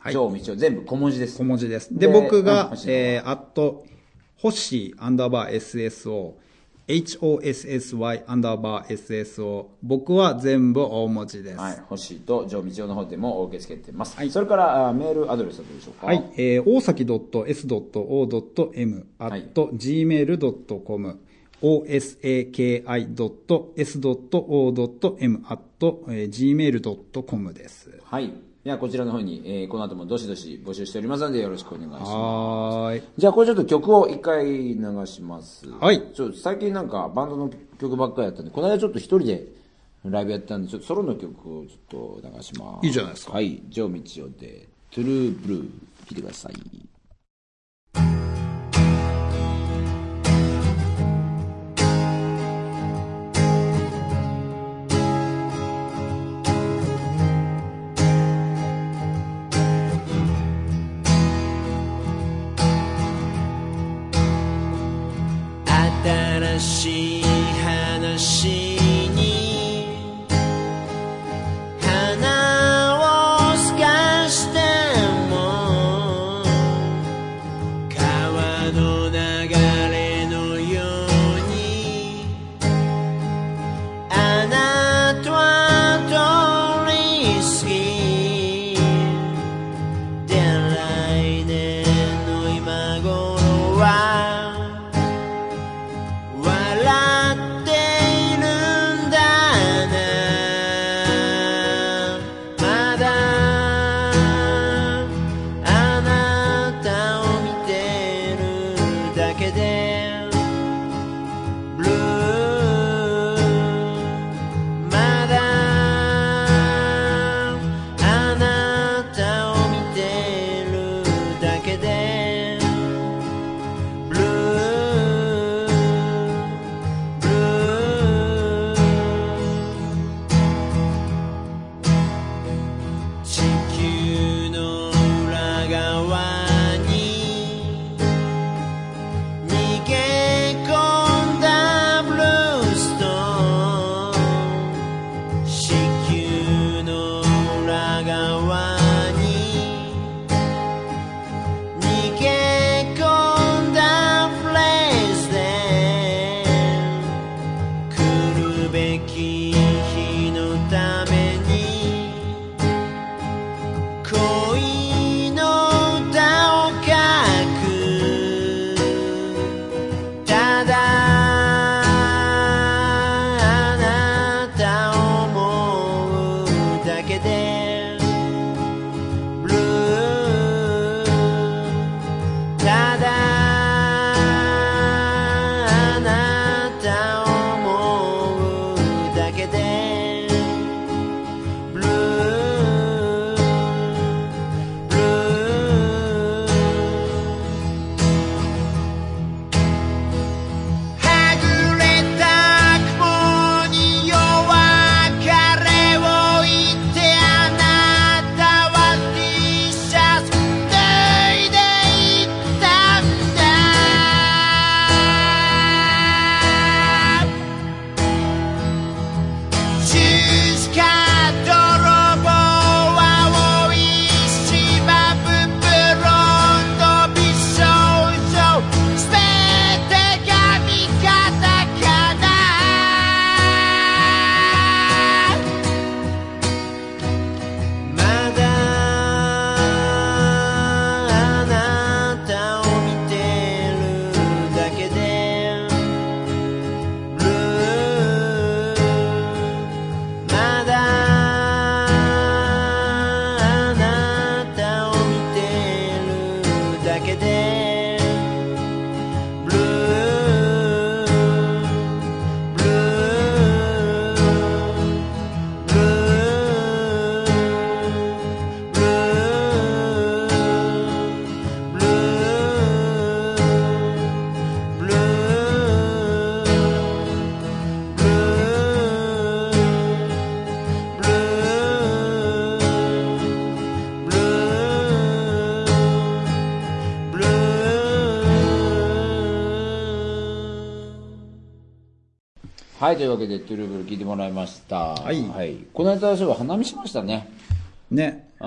[SPEAKER 1] はい
[SPEAKER 2] ジョー・ミチョ全部小文字です
[SPEAKER 1] 小。文字です。
[SPEAKER 2] で
[SPEAKER 1] で、僕が
[SPEAKER 2] うん、
[SPEAKER 1] えー、アット、ホッシーアンダーバー SSO、 HOSSY アンダーバー SSO。僕は全部大文字です。
[SPEAKER 2] はい、星と上道夫の方でもお受け付けてます。それから、あメールアドレスはどうでしょうか。
[SPEAKER 1] はい、えー、大崎 .s.o.m
[SPEAKER 2] はい
[SPEAKER 1] at gmail.com、osaki.s.o.m at gmail.com です。
[SPEAKER 2] はい。では、こちらの方に、えーこの後もどしどし募集しておりますので、よろしくお願いします。
[SPEAKER 1] はーい。
[SPEAKER 2] じゃあ、これちょっと曲を一回流します。
[SPEAKER 1] はい
[SPEAKER 2] ちょっと最近なんか、バンドの曲ばっかりやったんで、この間ちょっと一人でライブやったんで、ちょっとソロの曲をちょっと流します。
[SPEAKER 1] いいじゃないですか
[SPEAKER 2] はい。ジョー・ミチオで、トゥルー・ブルー、聴いてください。
[SPEAKER 3] 新しい話に花を透かしても川の流れのようにあなたは通り過ぎで来年の今頃は笑っているんだなまだあなたを見てるだけでブルーまだあなたを見てるだけでブルーブルー地球の裏側に逃げ込んだブルースと地球の裏側に逃げ込んだフレーズで来るべき日のために恋の歌を書くただあなたを思うだけでブルーただあなたを思うだけでブルーブルー「はぐれた雲に夜別れを言ってあなたは T シャツ脱いでいったんだ」静か泥棒は青い芝ブブロンド美少女すべてが味方かなまだあなたを見てるだけでブルーまだあなたを見てるだけでブルーブルーブルーブルーブルーブルーブルーブルーブルーブルー
[SPEAKER 2] はい、というわけで、トゥルー・ブルー聴いてもらいました。はいこの間、そういえば花見しましたね。
[SPEAKER 1] ね。
[SPEAKER 2] うん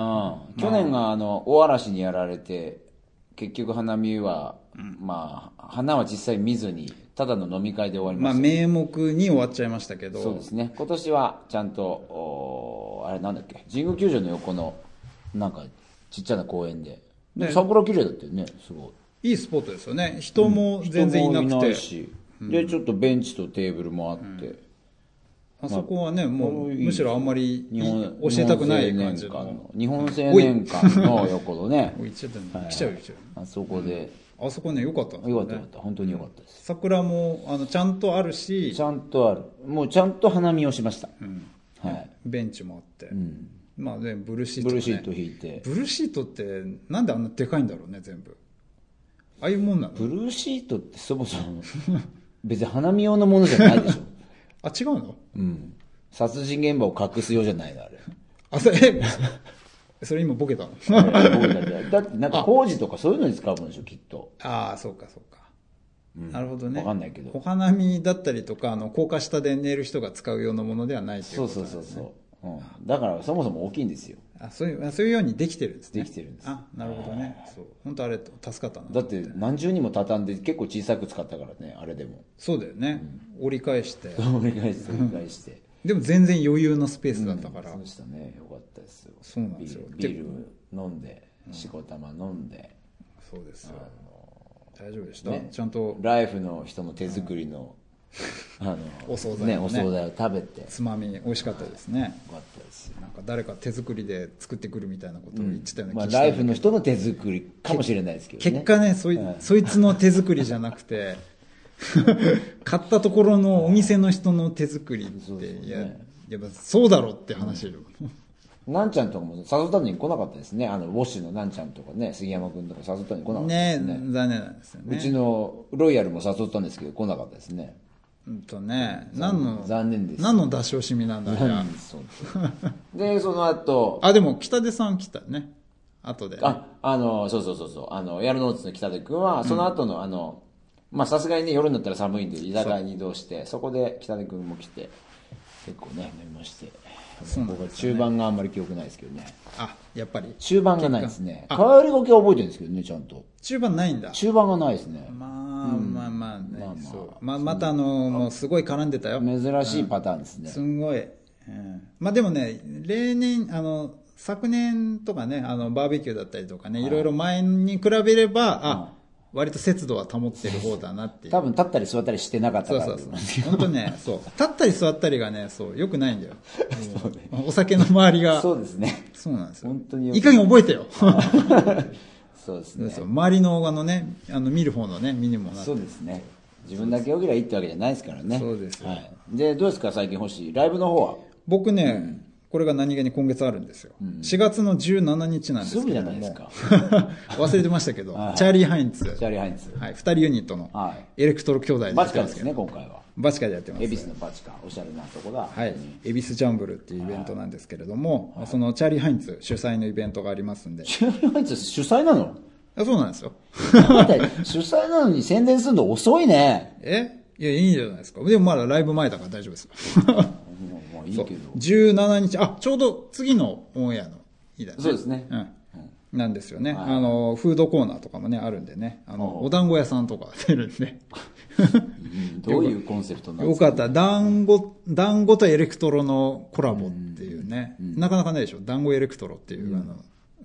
[SPEAKER 2] 去年があの大嵐にやられて結局花見は、まあ、花は実際見ずに、ただの飲み会で終わり
[SPEAKER 1] ま
[SPEAKER 2] ま
[SPEAKER 1] あ、
[SPEAKER 2] した。
[SPEAKER 1] 名目に終わっちゃいましたけど、
[SPEAKER 2] そうですね。今年は、ちゃんと、おーあれなんだっけ、神宮球場の横の、なんか、ちっちゃな公園で。
[SPEAKER 1] ね
[SPEAKER 2] 桜綺麗だったよね、すごい。
[SPEAKER 1] いいスポットですよね。人も全然いな
[SPEAKER 2] 人
[SPEAKER 1] く
[SPEAKER 2] も
[SPEAKER 1] て。
[SPEAKER 2] し、で、ちょっとベンチとテーブルもあって、
[SPEAKER 1] あそこはね、もう、
[SPEAKER 2] いい
[SPEAKER 1] むしろあんまりい
[SPEAKER 2] 日本
[SPEAKER 1] 教えたくない感じの。
[SPEAKER 2] 日本青年館の日本青年館の横のね
[SPEAKER 1] おい、ちょっと来ちゃうよ来ちゃ
[SPEAKER 2] あそこで、
[SPEAKER 1] うあそこね、良かったんです
[SPEAKER 2] よか
[SPEAKER 1] よ
[SPEAKER 2] った
[SPEAKER 1] ね
[SPEAKER 2] よかった本当によかったです、
[SPEAKER 1] 桜も、あの、ちゃんとあるし
[SPEAKER 2] ち、ゃんとあるもうちゃんと花見をしました、はい、
[SPEAKER 1] ベンチもあって。まあね、ブルーシート、
[SPEAKER 2] ブ
[SPEAKER 1] ね。
[SPEAKER 2] ルーシート引いて
[SPEAKER 1] ブルーシートって、なんであんなでかいんだろうね、全部。ああいうもんなの
[SPEAKER 2] ブルーシートってそもそも *laughs* 別に花見用のものじゃないでしょ、
[SPEAKER 1] あ、違うの
[SPEAKER 2] *laughs* うん、殺人現場を隠す用じゃないのあ *laughs* れ
[SPEAKER 1] あ、それ、え *laughs* それ今ボケたの
[SPEAKER 2] 僕たちはだってなんか工事とかそういうのに使うんでしょきっと
[SPEAKER 1] *laughs* ああ、そうか、そうか。なるほどね。
[SPEAKER 2] わかんないけど
[SPEAKER 1] お花見だったりとか、あの、高架下で寝る人が使うようなものではないっていう
[SPEAKER 2] そ
[SPEAKER 1] こ
[SPEAKER 2] う
[SPEAKER 1] と
[SPEAKER 2] そうそうそう、うん、だからそもそも大きいんですよ
[SPEAKER 1] あそういう、あそういうようにできてるんですね。
[SPEAKER 2] できてるんです
[SPEAKER 1] あ、なるほどね。そう。本当あれ、助かったな。
[SPEAKER 2] だって何重にも畳んで結構小さく使ったからねあれでも
[SPEAKER 1] そうだよね。折り返して。
[SPEAKER 2] *laughs* 折り返して折り返して
[SPEAKER 1] でも全然余裕のスペースだったから。
[SPEAKER 2] そうでしたねよかったですよ
[SPEAKER 1] そうなんですよ
[SPEAKER 2] ビールビール飲んでしこたま飲んで、
[SPEAKER 1] そうですよ。大丈夫でした、ちゃんと
[SPEAKER 2] ライフの人の手作りの、あの
[SPEAKER 1] お惣菜をね
[SPEAKER 2] ねお惣菜を食べてよ
[SPEAKER 1] つまみ美味しかったですね。
[SPEAKER 2] かったですよ
[SPEAKER 1] なんか誰か手作りで作ってくるみたいなことを言ってたよう
[SPEAKER 2] ま
[SPEAKER 1] な
[SPEAKER 2] あ、
[SPEAKER 1] 気がし
[SPEAKER 2] ラ
[SPEAKER 1] て、
[SPEAKER 2] イフの人の手作りかもしれないですけどね
[SPEAKER 1] 結果ねそい、そいつの手作りじゃなく
[SPEAKER 2] *laughs*
[SPEAKER 1] て、買ったところのお店の人の手作りって、
[SPEAKER 2] そうそうね
[SPEAKER 1] いや、やっぱそうだろって話よ。
[SPEAKER 2] なんちゃんとかも誘ったのに来なかったですねあのウォッシュのなんちゃんとかね杉山君とか誘ったのに来なかったで
[SPEAKER 1] ね
[SPEAKER 2] すね
[SPEAKER 1] 残念なんですよ
[SPEAKER 2] う
[SPEAKER 1] ね。
[SPEAKER 2] ちのロイヤルも誘ったんですけど来なかったですね
[SPEAKER 1] うんとね、何の、
[SPEAKER 2] 残念です
[SPEAKER 1] 何の出し惜しみなんだ、じゃあ
[SPEAKER 2] そうでその後
[SPEAKER 1] あ、でも北出さん来たね。後で。
[SPEAKER 2] あ、あの、そうそうそうそう、あの、ヤルノーツの北出君は、その後の、あの、まあ、さすがにね、夜になったら寒いんで、居酒屋に移動して、そこで北出君も来て、結構ね、飲みまして。
[SPEAKER 1] そうなんですよね
[SPEAKER 2] 僕は中盤があんまり記憶ないですけどね。
[SPEAKER 1] あ、やっぱり。
[SPEAKER 2] 中盤がないですね。
[SPEAKER 1] あ
[SPEAKER 2] 変わりがけは覚えてるんですけどね、ちゃんと。
[SPEAKER 1] 中盤ないんだ。
[SPEAKER 2] 中盤がないですね。
[SPEAKER 1] まあまあまあね、そう。まあ、またあの、もうすごい絡んでたよ。
[SPEAKER 2] 珍しいパターンですね
[SPEAKER 1] す。んごい。うんまあでもね、例年、あの、昨年とかね、あの、バーベキューだったりとかね、いろいろ前に比べれば、あ、割と節度は保ってる方だなっていう。
[SPEAKER 2] 多分立ったり座ったりしてなかった
[SPEAKER 1] そ
[SPEAKER 2] か
[SPEAKER 1] う
[SPEAKER 2] ら。
[SPEAKER 1] そうそう。本当ね、そう。立ったり座ったりがね、そう、良くないんだよ。お酒の周り
[SPEAKER 2] *laughs*
[SPEAKER 1] が。
[SPEAKER 2] そうです
[SPEAKER 1] *laughs*
[SPEAKER 2] ね。
[SPEAKER 1] そうなんですよ。
[SPEAKER 2] 本当によく
[SPEAKER 1] いかに覚えてよ。
[SPEAKER 2] そうです
[SPEAKER 1] *laughs* そう
[SPEAKER 2] ね。
[SPEAKER 1] そう周りの、あのね、あの、見る方のね、身にもなって
[SPEAKER 2] そうですね。自分だけよけりゃいいってわけじゃないですからね。
[SPEAKER 1] そうですよ
[SPEAKER 2] はい。で、どうですか、最近星。ライブの方は
[SPEAKER 1] 僕ね、これが何気に今月あるんですよ。4月の17日なんです
[SPEAKER 2] す
[SPEAKER 1] けど
[SPEAKER 2] ぐじ
[SPEAKER 1] も。
[SPEAKER 2] ゃないですか。
[SPEAKER 1] *laughs* 忘れてましたけど、チャーリー・ハインツ。
[SPEAKER 2] チャーリー・ハインツ。
[SPEAKER 1] はい、二人ユニットの
[SPEAKER 2] は
[SPEAKER 1] エレクトロ兄弟でや
[SPEAKER 2] バ
[SPEAKER 1] っ
[SPEAKER 2] チ
[SPEAKER 1] て
[SPEAKER 2] カ
[SPEAKER 1] ま
[SPEAKER 2] です
[SPEAKER 1] け
[SPEAKER 2] す
[SPEAKER 1] ど、
[SPEAKER 2] ね、今回は。
[SPEAKER 1] バチカでやってます。
[SPEAKER 2] 恵比寿のバチカ、おしゃれなとこだ。
[SPEAKER 1] はい、エビスジャンブルっていうイベントなんですけれども、そのチャーリー・ハインツ主催のイベントがありますんで、
[SPEAKER 2] チャーリー・ハインツ主催なの
[SPEAKER 1] あそうなんです
[SPEAKER 2] *laughs*
[SPEAKER 1] よ。
[SPEAKER 2] だって主催なのに宣伝するの遅いね。
[SPEAKER 1] えいや、いいんじゃないですか。でもまだライブ前だから大丈夫ですよ。
[SPEAKER 2] もうもういいけど。
[SPEAKER 1] 17日、あ、ちょうど次のオンエアの日だね。
[SPEAKER 2] そうですね
[SPEAKER 1] うん。なんですよね。あの、フードコーナーとかもね、あるんでね。あの、お団子屋さんとか出る
[SPEAKER 2] *laughs*
[SPEAKER 1] んで。
[SPEAKER 2] うんどういうコンセプトなんで
[SPEAKER 1] よ
[SPEAKER 2] すか
[SPEAKER 1] かった。団子、団子とエレクトロのコラボっていうね。なかなかないでしょ。団子エレクトロっていう、あの、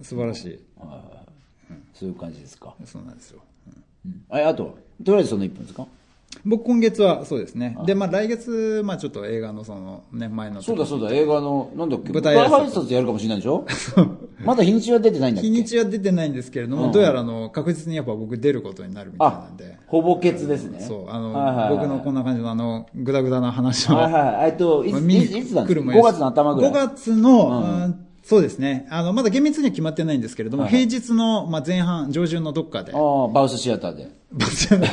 [SPEAKER 1] 素晴らしい。
[SPEAKER 2] そういう感じですか。
[SPEAKER 1] そうなんですよ。うん
[SPEAKER 2] ああとは、とりあえずその1分ですか
[SPEAKER 1] 僕今月はそうですね。で、まあ来月、まあちょっと映画のその、ね、前の。
[SPEAKER 2] そうだそうだ、映画の、なんだっけ、
[SPEAKER 1] 舞
[SPEAKER 2] 舞
[SPEAKER 1] 台
[SPEAKER 2] 台
[SPEAKER 1] 挨
[SPEAKER 2] 挨
[SPEAKER 1] 拶
[SPEAKER 2] 拶やるかもしれないでし
[SPEAKER 1] *laughs*
[SPEAKER 2] ょまだ日にちは出てないんだっけ
[SPEAKER 1] 日にちは出てないんですけれども、どうやらあの、確実にやっぱ僕出ることになるみたいな
[SPEAKER 2] あ
[SPEAKER 1] んで。、
[SPEAKER 2] ほぼ欠ですね。
[SPEAKER 1] そう、あの、
[SPEAKER 2] はいはいはい
[SPEAKER 1] 僕のこんな感じのあの、ぐだぐだな話を。
[SPEAKER 2] はいはい。えっと、い
[SPEAKER 1] *laughs* まあ
[SPEAKER 2] つ、
[SPEAKER 1] 見
[SPEAKER 2] い
[SPEAKER 1] に
[SPEAKER 2] ついつなんです
[SPEAKER 1] 来る
[SPEAKER 2] か
[SPEAKER 1] も
[SPEAKER 2] ?5 月の頭ぐらい。
[SPEAKER 1] 5月の、うんそうですね。あの、まだ厳密には決まってないんですけれども、平日の、まあ、前半、上旬のどっかで、
[SPEAKER 2] ああ、バウスシアターで。
[SPEAKER 1] *laughs*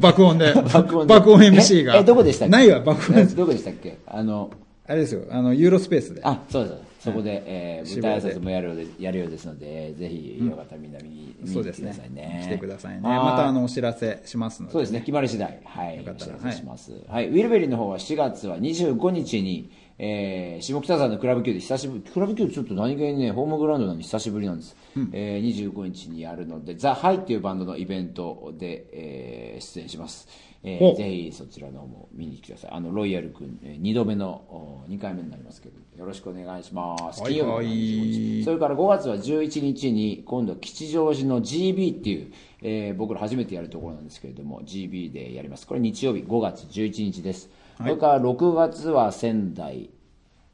[SPEAKER 1] 爆音で、
[SPEAKER 2] *laughs* 爆音で
[SPEAKER 1] 爆音 MC が。
[SPEAKER 2] ええどこでしたっけ
[SPEAKER 1] ないわ、爆音
[SPEAKER 2] え
[SPEAKER 1] MC。
[SPEAKER 2] どこでしたっけあの、
[SPEAKER 1] あれですよ、あの、ユーロスペースで。
[SPEAKER 2] あ、そうです。そこで、えー、
[SPEAKER 1] 渋
[SPEAKER 2] 舞
[SPEAKER 1] 谷
[SPEAKER 2] 台
[SPEAKER 1] で
[SPEAKER 2] 挨拶もやるようでやるようですので、えーぜひ、よかったらみんな見に見に
[SPEAKER 1] そう
[SPEAKER 2] 来
[SPEAKER 1] で
[SPEAKER 2] て
[SPEAKER 1] す
[SPEAKER 2] くださいね
[SPEAKER 1] ね。。来てくださいね。
[SPEAKER 2] はい
[SPEAKER 1] また、あの、お知らせしますので。
[SPEAKER 2] そうですね、決まり次第。はい。
[SPEAKER 1] かったら
[SPEAKER 2] お知らせします。はい。ウィルベリーの方は4月は25日に、えー下北沢のクラブ級で久しぶり、クラブ級ちょっと何気にね、ホームグラウンドなのに久しぶりなんです。えー25日にやるので、ザ・ハイっていうバンドのイベントで、えー出演します。えー
[SPEAKER 1] お
[SPEAKER 2] ぜひそちらの方も見に来てください。あの、ロイヤル君、え2度目の、2回目になりますけど、よろしくお願いします。
[SPEAKER 1] はい
[SPEAKER 2] 金曜日の25日。それから5月は11日に、今度、吉祥寺の GB っていう、えー僕ら初めてやるところなんですけれども、GB でやります。これ日曜日、5月11日です。それから6月は仙台、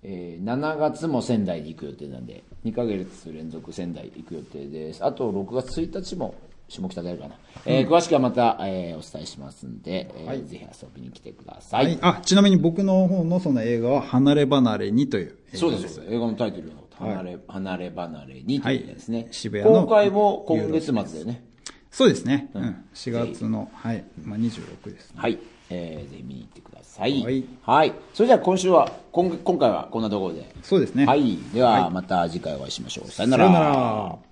[SPEAKER 2] えー7月も仙台に行く予定なんで、2ヶ月連続仙台行く予定です。あと6月1日も下北でやるかな。えー詳しくはまた、えーお伝えしますんで、えーぜひ遊びに来てください。
[SPEAKER 1] はい。あ、ちなみに僕の方のその映画は、離れ離れにという映画
[SPEAKER 2] そうですそうです。映画のタイトルのこと、
[SPEAKER 1] はい
[SPEAKER 2] 離れ、離れ離れにということですね。
[SPEAKER 1] はい渋谷の
[SPEAKER 2] 公開も今月末だよね。
[SPEAKER 1] そうですね。うん。4月の、はい。まあ、26です。
[SPEAKER 2] はい。えーぜひ見に行ってください。
[SPEAKER 1] はい
[SPEAKER 2] はい。それじゃあ今週は、今今回はこんなところで。
[SPEAKER 1] そうですね。
[SPEAKER 2] はい。では、
[SPEAKER 1] はい
[SPEAKER 2] また次回お会いしましょう。
[SPEAKER 1] さよなら。